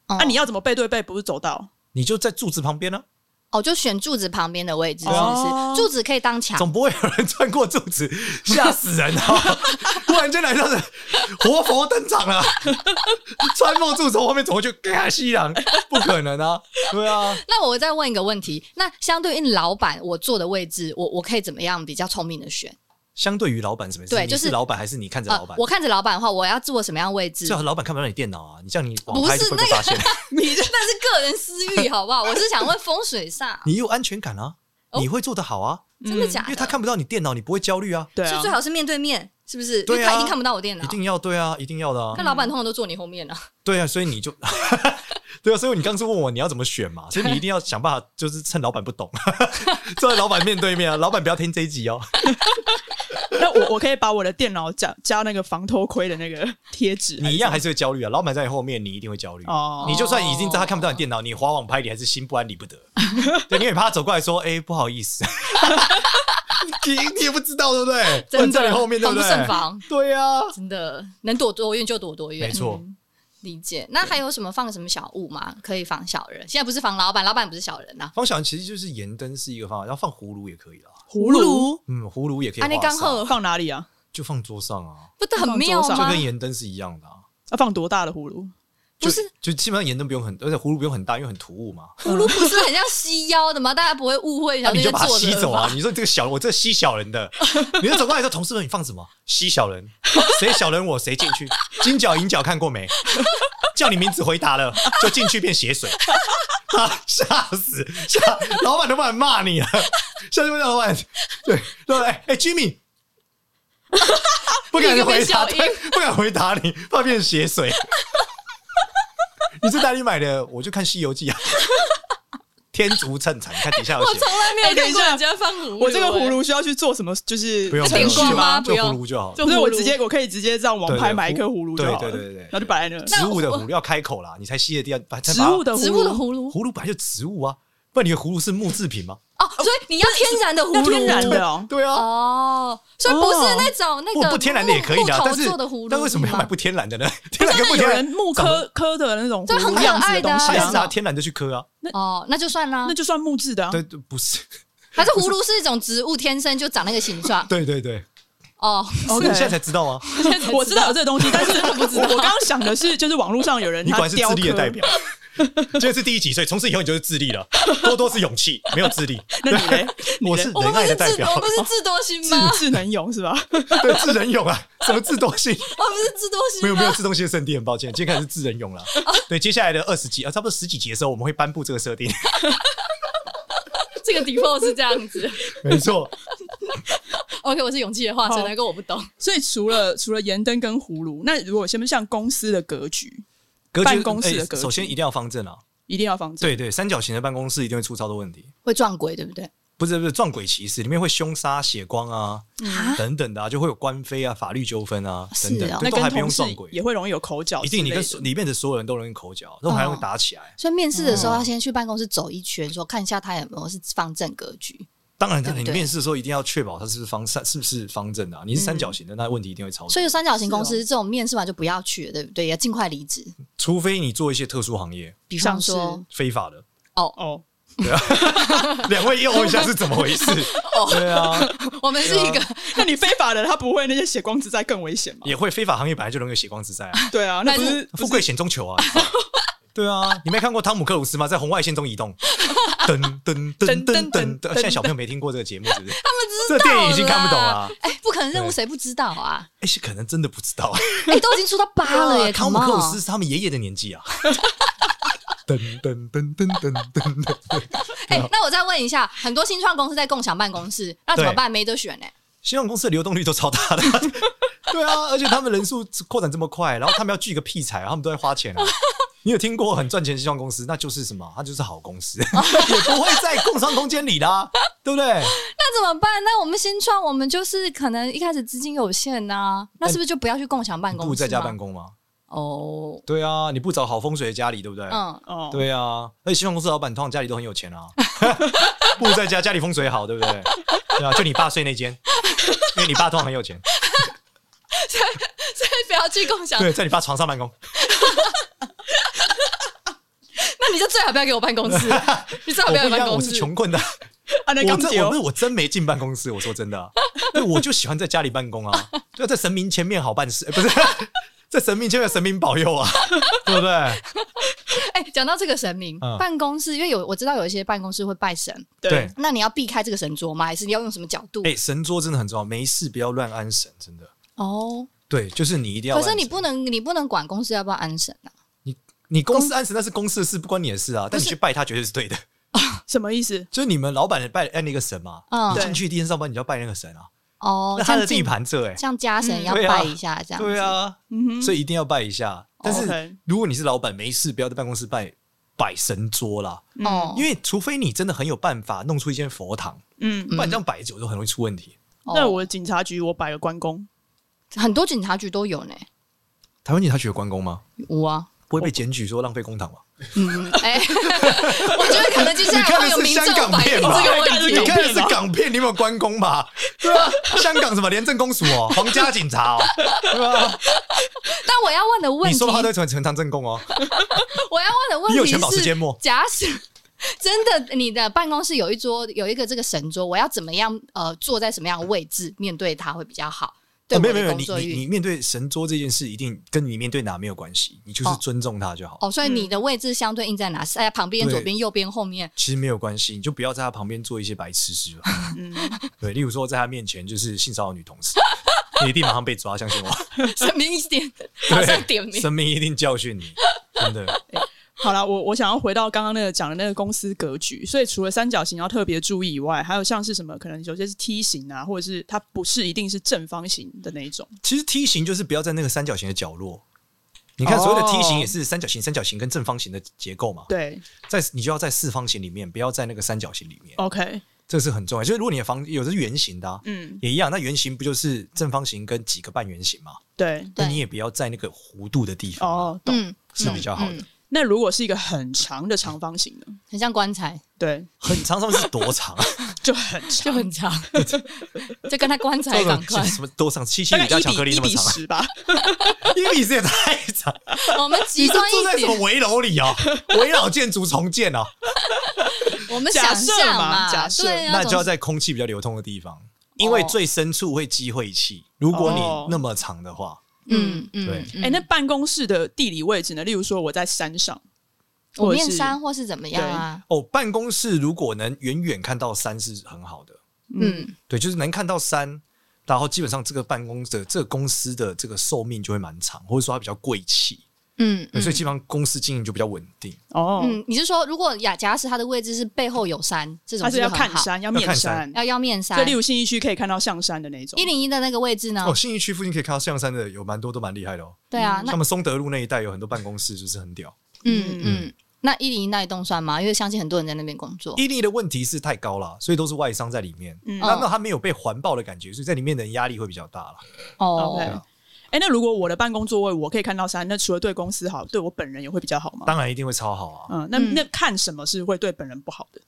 C: 那、
B: 那
C: 啊你要怎么背对背不是走道？
A: 你就在柱子旁边呢，啊
B: 哦，就选柱子旁边的位置，是不
C: 哦
B: 是？柱子可以当墙，
A: 总不会有人穿过柱 子，吓死人啊！突然间来到这，活佛登场了，穿过柱从后面走过去，嘎西郎，不可能啊！对啊，
B: 那我再问一个问题，那相对应老板我坐的位置，我我可以怎么样比较聪明的选？
A: 相对于老板什么意思？
B: 对
A: 你
B: 就是
A: 老板还是你看着
B: 呃
A: 老板？，
B: 我看着老板的话，我要坐什么样的位置
A: 最？好老板看不到你电脑啊，你这样你网
B: 不
A: 拍
B: 是
A: 就会被 发现，
C: 你这
B: 那是个人私欲，好不 好？我是想问风水煞，
A: 你有安全感啊，
B: 哦
A: 你会做得好啊，
B: 真的假的？
A: 因为他看不到你电脑，你不会焦虑啊，
C: 对
B: 所
C: 啊
B: 以，最好是面对面，是不是？因
A: 对
B: 为
A: 啊
B: 他一定看不到我电脑
A: 一。定要对啊，一定要的
B: 那
A: 啊，
B: 老板通常都坐你后面啊，
A: 对啊，所以你就。 对啊，所以你刚是问我你要怎么 选嘛，所以你一定要想办法，就是趁老板不懂， 坐在老板面对面啊，老板不要听这一 集哦。
C: 那我我可以把我的电脑加加那个防偷窥的那个贴纸，
A: 你一样还是会焦虑啊，老板在你后面，你一定会焦虑。
C: 哦
A: 你就算已经知道他看不到你电脑，你划网拍，你还是心不安理 不得。对，你也怕他走过来说：“哎、不好意思。” 你你也不知道对不对？
B: 真的
A: 问在你后面对
B: 防
A: 不
B: 不
A: 对？
B: 胜防，嗯
A: 对啊，
B: 真的能躲多远就躲多远。
A: 没错。
B: 理解。那还有什么放什么小物吗？可以防小人。现在不是防老板，老板不是小人呐、
A: 方向其实就是盐灯是一个方法，然后放葫芦也可以啦。
C: 葫芦
A: 嗯，葫芦也可以
B: 啊
A: 画
B: 那
A: 上。
B: 刚好
C: 放哪里啊？
A: 就放桌上啊，
B: 不是很妙
C: 放桌
A: 就
B: 吗
C: 上？
A: 跟盐灯是一样的、啊。
C: 要放多大的葫芦？
B: 不是
A: 就，就基本上盐灯不用很，而且葫芦不用很大，因为很突兀嘛。
B: 葫芦不是很像吸妖的吗？大家不会误会，
A: 那、
B: 想
A: 你
B: 说
A: 就把它
B: 坐着
A: 吸走啊
B: 吧！！
A: 你说这个小人，我这吸小人的，你就走过来说，同事们，你放什么？吸小人，谁小人我谁进去。金角银角看过没？叫你名字回答了，就进去变血水，啊，吓死！吓，老板都不敢骂你了，下次问老板，对对不对？哎、j i m m y 不敢
B: 立刻
A: 回答，
B: 变小
A: 对不敢回答你，怕变血水。你是哪里买的？我就看《西游记》啊，天竺趁产，你看底下有
B: 我
A: 写。
B: 从来没有
C: 哎等
B: 看
C: 一
B: 过
C: 下
B: 人家放葫芦、
C: 我这个葫
B: 哎
C: 芦需要去做什么？就是
A: 不用
C: 程
B: 灯
C: 序吗
B: 光吗？
A: 就
B: 不用
A: 葫芦就好。
B: 就
C: 不是，
B: 葫芦
C: 我直接我可以直接上网
A: 对
C: 拍
A: 对
C: 买一颗葫芦就好了，
A: 对对对对对
C: 然后就摆在那。
A: 植物的葫芦要开口啦，你才吸的地方，把
C: 植物的
B: 植物的葫芦
A: 葫芦本来就植物啊，不然你的葫芦是木制品吗？
B: 哦，所以你要天然的葫
C: 要
B: 芦，
C: 天然的哦，
A: 对啊，
B: 哦，所以不是那种那
A: 不
B: 个
A: 不天然的也可以
B: 木
A: 的啊，
B: 头
A: 但是
B: 做的葫芦，
A: 但为什么要买
B: 是吗
A: 不天然的呢？天然跟不
C: 有
A: 天
C: 人
A: 然
C: 木啊
A: 长得
C: 刻刻的那种
B: 这
C: 葫
B: 很
C: 芦
B: 可
C: 样子
B: 爱的
C: 东
B: 啊
C: 西
A: 还
C: 啊
A: 是，拿天然的去磕啊？
B: 哦，那就算啦
C: 那。就算木质的啊。
A: 对，对不是，
B: 还是葫芦是一种植物，天生就长那个形 状
A: 对对对，
B: 哦。
A: 你
C: OK
A: 现在才知道啊吗？
C: 我知道有这个东西，但 是我我刚刚想的是，就是网络上有人
A: 你果
C: 他
A: 然是
C: 雕
A: 智力
C: 刻
A: 的代表。 今天是第一集，所以从此以后你就是智力了。多多是勇气，没有智力。
C: 那你嘞？你
A: 我
C: 嘞
A: 是
B: 我们
A: 仁
B: 不
A: 爱
B: 是
A: 的代
B: 智，
A: 表
B: 我，们不是智多星吗？
C: 智智能勇是吧？
A: 对智人勇啊，什么智多星？
B: 我们不是智多
A: 没
B: 星
A: 有没
B: 吗？
A: 有自动性的圣地，很抱歉，今天开始是智人用了。
C: 哦
A: 对，接下来的二十集啊，差不多十几集的时候，我们会颁布这个 设定。
B: 这个 default 是这样子。
A: 没错，
B: OK，我是勇气的化身，
C: 好
B: 那个我不懂。
C: 所以除了除了盐灯跟葫芦，那如果像像公司的格局，
A: 格
C: 办公室的格局
A: 哎首先一定要方正啊。
C: 一定要放这。
A: 对对，三角形的办公室一定会出超多问题。
B: 会撞鬼，对不对？
A: 不是不是撞鬼骑士，里面会凶杀、血光啊、
C: 嗯
B: 啊，
A: 等等的啊，就会有官非啊、法律纠纷啊
B: 是
A: 等等，
B: 哦
A: 这
C: 那
A: 都还
C: 跟
A: 不用
C: 同事
A: 撞鬼，
C: 也会容易有口角
A: 一
C: 之类
A: 定
C: 的，哦
A: 你跟所里面的所有人都容易口角，这种还会打起来。
B: 所以面试的时候要先去办公室走一圈，说看一下他有没有是方正格局。
A: 当然，你
B: 对
A: 面试的时候一定要确保它是不是方三是不是方正的啊，你是
C: 嗯
A: 三角形的，那问题一定会超多。
B: 所以三角形公司这种面试完就不要去了，对不对？也尽快离职。
A: 除非你做一些特殊行业，
B: 比方
C: 像是
B: 说，
A: 非法的，
C: 哦，
A: 两位又一下是怎么 回事？对啊，
B: 我们是一个
C: 那你非法的他不会那些血光之灾更危险 吗？
A: 也会非法行业本来就容易有血光之灾啊，
C: 对啊，那不
B: 但
C: 是不
A: 富
C: 是
A: 贵险中 求啊。你知道吗对啊，你没看过汤姆克鲁斯吗？在红外线中移 动，噔噔噔噔噔呃噔。现在小朋友没听过这个节目，是 不是？他们这电影已经看不懂了。
B: 啊哎、不可能任务谁不知道 啊？
A: 哎，是可能真的不知道。
B: 哎、都已经出到八了耶，
A: 啊汤姆
B: come
A: 克鲁
B: on
A: 斯。是他们爷爷的年 纪啊。噔噔噔噔噔噔噔。
B: 哎、
A: 嗯
B: 那我再问一下，很多新创公司在共享办公室，那怎么办？没得选呢、欸
A: 新创公司的流动率都 超大的，对啊，而且他们人数扩展这么快，然后他们要聚个屁财啊，他们都在 花钱啊。你有听过很赚钱的新创公司？那就是什么？它就是好 公司，也不会在共商空间里啦、对不对？
B: 那怎么办？那我们新创，我们就是可能一开始资金有限呐、那是不是就不要去共享办
A: 你
B: 公啊
A: 不
B: 室
A: 如
B: 吗？
A: 在家办公吗？
B: 哦，
A: 对啊，你不找好风水的家里，对不对？
B: 嗯，
C: 哦，
A: 对啊，而且新创公司老板通常家里都很有 钱啊，不如在家家里风水好，对不对？对啊，就你爸睡那间，因为你爸通常很有 钱，
B: 所以不要去共享。
A: 对，在你爸床上办公，
B: 那你就最好不要给我办公 室，你最好
A: 我
B: 不要有
A: 不一
B: 办
A: 样，
B: 公
A: 我
B: 室
A: 是。穷困的。
C: 啊，那
A: 我
C: 钢
A: 真
C: 铁
A: 我不是我真没进办公 室，啊我说真的、啊，对，我就喜欢在家里办公啊，就在神明前面好办事，呃不是这神明前面神明保 佑啊，对不对？
B: 哎，讲到这个神明，
A: 嗯
B: 办公室因为有我知道有一些办公室会拜神，
A: 对
C: 对，
B: 那你要避开这个神桌吗？还是你要用什么角度？
A: 哎、神桌真的很重要，没事不要乱安神，真的。
B: 哦，
A: 对，就是你一定要
B: 可
A: 安神。
B: 是你不能，你不能管公司要不要安神啊？
A: 你公司安神那是公司的事，不关你的事啊。但你去拜他绝对是对的，
C: 什么意思？
A: 就是你们老板拜按那个神嘛，
B: 嗯
A: 你进去第一天上班你就要拜那个神啊，
B: 哦，
A: 那他的
B: 像进
A: 地，盘这哎、
B: 像家神要
A: 嗯对啊
B: 拜一下这样。
A: 对，啊，
C: 嗯哼，
A: 所以一定要拜一下。但是
C: OK
A: 如果你是老板，没事不要在办公室拜摆神桌啦，
B: 哦，
A: 因为除非你真的很有办法弄出一间佛堂，
C: 嗯，
A: 不然这样摆久就很容易出问题。
B: 哦
C: 那我警察局我摆个关公，
B: 很多警察局都有呢，
A: 台湾警察局有关公吗？
B: 有啊。
A: 不会被检举说浪费公堂吗？
B: 嗯，哎， 我觉得可能接下来会有民众反映这个问
C: 你
B: 题
C: 看的是香港片吧。
A: 你看的是港片，你有没有关公吧？对啊，香港什么廉政公署 哦，皇家警察哦，对吧？
B: 但我要问的啊问
A: 你
B: 题，
A: 说的话都
B: 我
A: 会成成堂正供哦。
B: 要问的问
A: 你有
B: 题
A: 钱保时
B: 是
A: 缄，默，
B: 假使 真的你的办公室有一桌有一个这个神桌，我要怎么样呃坐在什么样的位置面对它会比较好？对
A: 哦
B: 我
A: 没有
B: 的
A: 没有，
B: 工
A: 你
B: 作
A: 你
B: 欲
A: 你面对神桌这件事，一定跟你面对哪没有关系，你就是
B: 哦
A: 尊重他就好。
B: 哦，所以你的位置相对应在哪？是在旁边、
A: 对
B: 左边、右边、后面？
A: 其实没有关系，你就不要在他旁边做一些白痴事了。
C: 嗯，
A: 对，例如说在他面前就是性骚扰女同 事，你一定马上被抓，相信我。
B: 神明一点，马上点
A: 对，
B: 名。
A: 神明一定教 训你，真的。
C: 好啦，我我想要回到刚刚那个讲的那个公司格局，所以除了三角形要特别注意以外，还有像是什么，可能有些是梯形啊，或者是它不是一定是正方形的那一种。
A: 其实梯形就是不要在那个三角形的角落。你看，
C: 哦
A: 所谓的梯形也是三角形、三角形跟正方形的结构嘛。
C: 对
A: 在你就要在四方形里面，不要在那个三角形里面，
C: ，OK，
A: 这是很重要。就是如果你的房有的是圆形的、啊，
C: 哦嗯，
A: 也一样。那圆形不就是正方形跟几个半圆形嘛？
C: 对，
A: 那
B: 对
A: 你也不要在那个弧度的地方啊、
C: 哦，懂。
B: 嗯，
A: 是比较好的。
B: 嗯嗯
C: 那如果是一个很长的长方形呢？
B: 很像棺材，
C: 对，
A: 很长，上面是 多长啊？
C: 就很
B: 就
C: 长，
B: 很 长，就跟他棺材
A: 这
B: 赶
A: 种
B: 快。
A: 什么多长？七星
C: 大
A: 米
C: 概
A: 加
C: 一
A: 巧克力
C: 比一
A: 那么
C: 比
A: 长啊，
C: 十吧。
A: 一比十也太长。
B: 我们
A: 你
B: 极
A: 是
B: 端
A: 住在
B: 一
A: 什么
B: 点，
A: 围楼里啊？围老建筑重建啊？
B: 我们
C: 假
B: 想
C: 设
B: 象
C: 嘛
B: 嘛，
C: 假设
B: 对啊，
A: 那就要
B: 总是
A: 在空气比较流通的地方，因为最深处会积晦气。如果
C: 哦
A: 你那么长的话，
B: 嗯嗯
A: 对，
C: 哎、
B: 嗯
C: 那办公室的地理位置呢？例如说我在山上，
B: 我
C: 或者
B: 面
C: 是
B: 山或是怎么样啊？
A: 哦，办公室如果能远远看到山是很好的，
B: 嗯，
A: 对，就是能看到山，然后基本上这个办公的这个公司的这个寿命就会蛮长，或者说它比较贵气，
B: 嗯，
A: 对所以
B: 嗯
A: 基本上公司经营就比较稳定。
C: 哦，
B: 嗯，你是说如果雅加斯它的位置是背后有山，这种
C: 它
B: 是
C: 是
B: 不
C: 要
B: 是很
C: 看
B: 好，
C: 山，要
A: 要
C: 面
A: 看山
C: 山。
B: 要要面
C: 所以，
B: 山
C: 例。如信义区可以看到象山的那种
B: 一。零一的那个位置呢
A: 哦，？信义区附近可以看到象山的有蛮多都蛮厉害的哦，
B: 对啊，那
A: 像我们松德路那一带有很多办公室，就是很屌。
B: 嗯嗯，那一零一那一栋算吗？因为相信很多人在那边工作。
A: 伊利的问题是太高了，所以都是外商在里面，
C: 嗯
A: 那那它没有被环抱的感觉，所以在里面的人压力会比较大了。
C: OK，
B: 哦，
C: 哎、那如果我的办公座位我可以看到山，那除了对公司好，对我本人也会比较好吗？
A: 当然一定会超好啊！
C: 嗯，那
B: 嗯
C: 那看什么是会对本人不好的？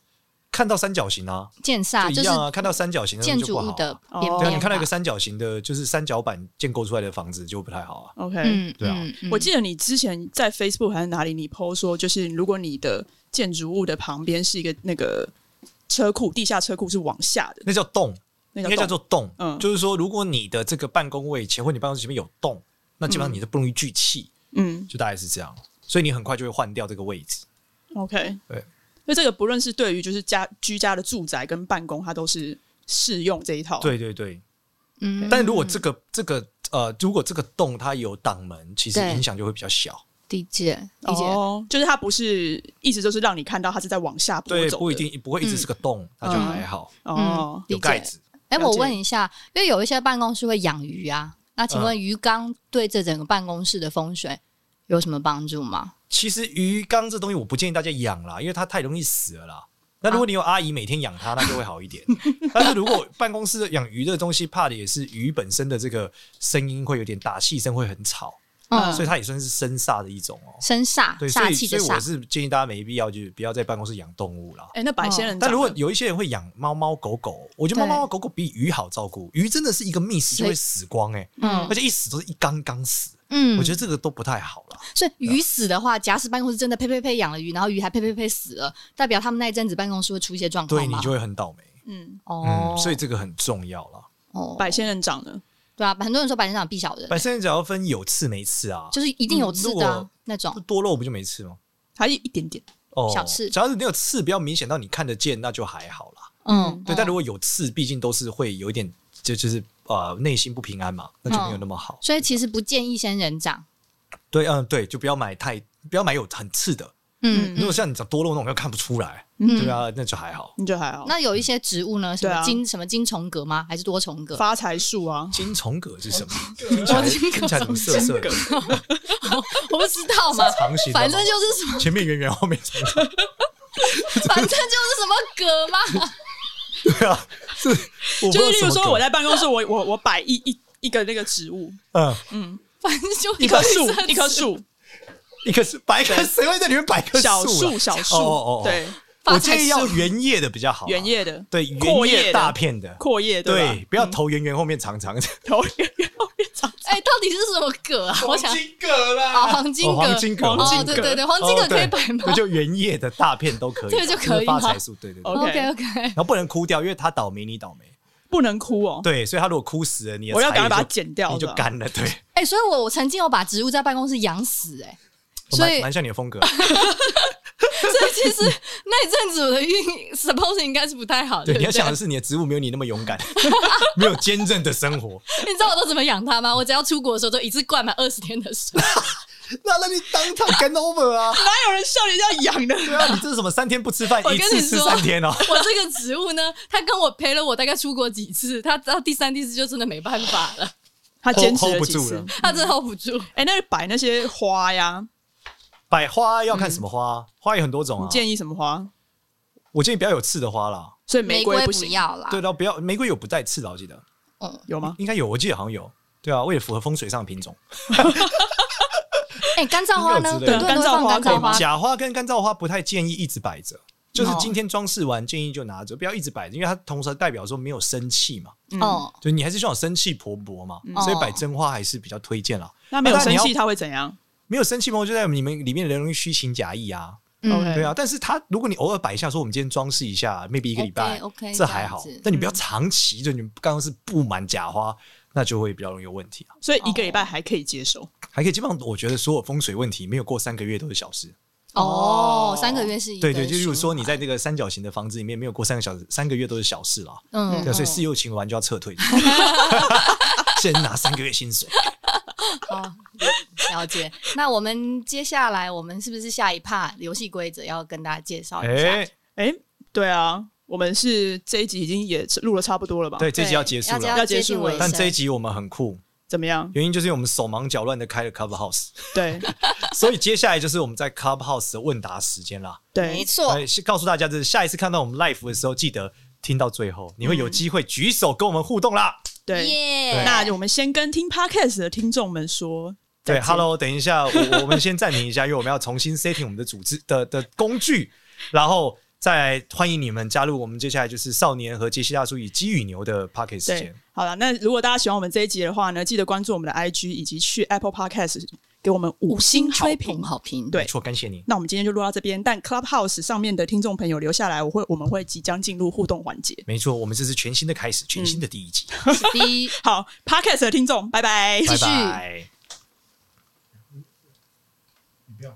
A: 看到三角形啊，
B: 建萨
A: 就
B: 就
A: 一
B: 是
A: 样啊，看到三角形那
B: 建
A: 种就
B: 筑
A: 不
B: 物
A: 好、
B: 的
A: 啊。
B: 边
C: 哦
A: 对啊，
B: 边。
A: 你看到一个，三角形的，就是三角板建构出来的房子就不太好啊。
C: OK，、
B: 嗯，
A: 对啊
B: 嗯，嗯
C: 我记得你之前在 Facebook 还是哪里，你 PO 说，就是如果你的建筑物的旁边是一个那个车库，地下车库是往下的，
A: 那叫洞，
C: 那
A: 应该叫
C: 洞
A: 做洞。
C: 嗯
A: 就是说，如果你的这个办公位前或你办公室前面有洞，那基
B: 嗯
A: 本上你都不容易聚气，
C: 嗯
A: 就大概是这样。所以你很快就会换掉这个位置。
C: ，OK，
A: 对。
C: 那这个不论是对于就是家居家的住宅跟办公，它都是适用这一套。，
A: 对对对。
B: 哦嗯
A: 但如果这个这个呃，如果这个洞它有挡门，其实
B: 对
A: 影响就会比较小。
B: 理解理解，
C: 哦，就是它不是意思就是让你看到它是在往下拨
A: 对，
C: 走，
A: 不一。定不会一直是个洞，那就还好。
C: 哦，
B: 嗯理
A: 有盖
B: 解。
A: 子，
B: 哎，
C: 了
B: 我
C: 解
B: 问一下，因为有一些办公室会养鱼啊，那请
A: 嗯
B: 问鱼缸对这整个办公室的风水有什么帮助吗？
A: 其实鱼缸这东西我不建议大家养啦，因为它太容易死了啦。那如果你有阿姨每天养它，那就会好一点。
B: 啊
A: 但是如果办公室养鱼的东西，怕的也是鱼本身的这个声音会有点打气声，会很吵，
C: 嗯
A: 所以它也算是声煞的一种哦、
B: 生煞
A: 对，所
B: 煞啊
A: 以
B: 气
A: 所
B: 的
A: 以我
B: 煞，
A: 是建议大家没必要就不要在办公室养动物啦。
C: 哎，那百仙人掌呢，
A: 但如果有一些人会养猫猫狗狗，我觉得猫
B: 对
A: 猫狗狗比鱼好照顾，鱼真的是一个觅食就
B: 所以
A: 会死光哎、
B: 嗯
A: 而且一死都是一缸缸死，
B: 嗯
A: 我觉得这个都不太好啦。
B: 所以鱼死的话，假使办公室真的呸呸呸养了鱼，然后鱼还呸呸呸死了，代表他们那一阵子办公室会出一些状况
A: 对
B: 吗？
A: 你就会很倒霉。
C: 嗯，
B: 哦
A: 嗯，，所以这个很重要啦。
B: 哦
C: 百仙人掌呢？
B: 对啊，很多人说白天长必小人，
A: 白三角要分有刺没刺啊，
B: 就是一定有刺的啊、
A: 嗯如果
B: 那种
A: 不。多肉不就没刺吗？
C: 还有一点点，
A: 哦，
B: 小刺
A: 只要是没有刺，比较明显到你看得见，那就还好啦。
B: 嗯，
A: 对，
B: 嗯
A: 但如果有刺，毕竟都是会有一点，就就是呃内心不平安嘛，那就没有那么好。
B: 所以其实不建议仙人掌。
A: 对，嗯，对，就不要买太，不要买有很刺的。
B: 嗯，
A: 如果像你找多肉那种，又看不出来，
B: 嗯
A: 对啊，那就还好。
C: 你就还好。
B: 那有一些植物呢，什
C: 对
B: 么
C: 啊
B: 金、什么金虫葛吗？还是多虫葛？
C: 发财树啊，
A: 金虫葛是什么？听起来
C: 哦
B: 金
A: 听起来怎么涩涩的？
B: 我不知道嘛，
A: 长形的吗，
B: 反正就是什 么，
A: 前面圆圆，后面长长。
B: 反正就是什么葛嘛。
A: 对啊，是我不知
C: 就
A: 道
C: 是例如
A: 什么
C: 说
A: 梗
C: 我在办公室，我我我摆一一一个那个植物，
A: 嗯，
B: 反正就
C: 一棵树
B: 有，
C: 一棵，树，
A: 一棵树，摆一棵，谁会在里面摆一棵
C: 小树
A: 树啊？
C: 小
A: 哦哦
C: 树
A: 哦，
C: 对，
B: 发
A: 我
B: 财
A: 建议要
B: 树
A: 原叶的比较好啊，
C: 原叶的，
A: 对
C: 阔
A: 原
C: 叶
A: 叶
C: 的
A: 大片的，
C: 阔叶的吧，嗯
A: 对，不要头圆圆后面长长的，
C: 头圆圆后面长
B: 哎、到底是什么葛啊？我想
A: 金葛
B: 啊，
A: 啦，
B: 黄金葛，
A: 哦黄金葛
B: 哦
A: 黄金
B: 对
C: 葛
B: 对对，黄金葛
A: 哦
B: 可以
A: 对
B: 摆吗
A: 那就原叶的大片都可以，啊
B: 这个就可以
A: 发
B: 吗
A: 财树，对对对，
C: 哦
B: ？OK OK，
A: 然后不能哭掉，因为他倒霉你倒霉，
C: 不能哭哦，
A: 对，所以他如果哭死了，你的
C: 我要
A: 财
C: 赶快
A: 也
C: 把它
A: 就
C: 剪掉，
A: 你就
C: 这样
A: 干了，对，
B: 哎、所以我我曾经有把植物在办公室养死、 哎，所
A: 蛮
B: 以
A: 蛮像你的 风格，
B: 所以其实那一阵子我的运 suppose 应该是不太好，
A: 对，
B: 不
A: 你要
B: 对？
A: 想的是你的植物没有你那么 勇敢，没有坚韧的生活，
B: 你知道我都怎么养它吗？我只要出国的时候就一次灌满二十天的 水，
A: 那那你当场 get over 啊，
C: 哪有人笑人家养的？
A: 对啊，你这是什么三天不吃饭
B: 我，跟
A: 一
B: 你
A: 次吃
B: 说
A: 三天 哦，
B: 我这个植物呢，它跟我陪了我大概出国几次，它到第三、第四就真的没办法了，
C: 他坚持
A: hold
C: 了
A: 不
C: 几
A: 住
C: 次
A: 了？
B: 它真的 hold 不住。
C: 哎，那摆那些花呀，
A: 百花要看什么
B: 嗯
A: 花，花有很多种
C: 你
A: 啊，
C: 建议什么花？
A: 我建议不要有刺的花啦，
C: 所以瑰
B: 不
C: 行，
B: 要啦
A: 对，然后不要玫瑰有不带刺的，我记得。
B: 嗯，
C: 有吗？
A: 应该有，我记得好像有。对啊，为了符合风水上的品种，
B: 哎、干燥花呢？很
A: 应
B: 多
A: 该有
B: 人
A: 之
C: 类的
B: 都会放
C: 干燥花
B: 干
C: 可以
B: 燥
C: 吗
B: 花，
A: 假花跟干燥花不太建议一直摆着，就是
B: 哦
A: 今天装饰完建议就拿着，不要一直摆着，因为它同时代表说没有生气嘛，
C: 嗯，
B: 哦，
A: 就你还是希望有生气勃勃嘛，
B: 哦
A: 所以摆真花还是比较推荐啦。
C: 那没有
A: 那你
C: 生
A: 要
C: 气他会怎样？
A: 没有生气嘛，就在你们里面人容易虚情假意啊，
B: 嗯
C: OK
A: 对啊。但是它如果你偶尔摆一下，说我们今天装饰一下，maybe 一个礼拜
B: OK，OK，
A: 这嗯还好
B: 这样子，
A: 但你不要长期，就你们办公室布满假花，那就会比较容易有问题啊。
C: 所以一个
B: 哦
C: 礼拜还可以接受。
A: 还可以，基本上我觉得所有风水问题没有过三个月都是小事。
B: 哦
C: 哦，
B: 三个月是一个
A: 对对，就例如说你
B: 循
A: 在这个三角形的房子里面没有过三个小时，三个月都是小事啦。
B: 环嗯
A: 对啊，所以事有情完就要撤退，先拿三个月薪水。
B: 好，了解。那我们接下来，我们是不是下一趴游戏规则要跟大家介绍一下？
A: 哎，
C: 哎，对啊，我们是这一集已经也录了差不多了吧？
A: 对，，这集要结束
B: 要
A: 了。
C: 要结
B: 接近
C: 束
B: 尾
C: 了
B: 声
A: 但这一集我们很酷，
C: 怎么样？
A: 原因就是因为我们手忙脚乱的开了 Clubhouse，
C: 对
A: 所以接下来就是我们在 Clubhouse 的问答时间啦。
B: 没
C: 对，
B: 错，
A: 哎是告诉大家，就是下一次看到我们 Live 的时候，记得听到最
C: 嗯
A: 后，你会有机会举手跟我们互动啦。
C: 对。
B: 耶
A: 对
C: 那我们先跟听 podcast 的听众们说，再
A: 对
C: 见
A: ，Hello，等一下，我我们先暂停一下， 因为我们要重新 setting 我们的组织的的工具，然后再来欢迎你们加入我们接下来就是少年和杰西大叔与鸡与牛的 p o c k e t 时
C: 对
A: 间。，
C: 好了，那如果大家喜欢我们这一集的话呢，记得关注我们的 IG 以及去 Apple Podcast 给我们五星好评。
B: 好评，
C: 对
A: 没错，感谢你。
C: 那我们今天就录到这边，但 Clubhouse 上面的听众朋友留下来，我会我们会即将进入互动环节。
A: 没错，我们这是全新的开始，全新的
C: 嗯
A: 第一集，
B: 第一，
C: 好，Podcast 的听众，拜拜。
B: 继
A: 拜
B: 续
A: 拜。
D: 你不要。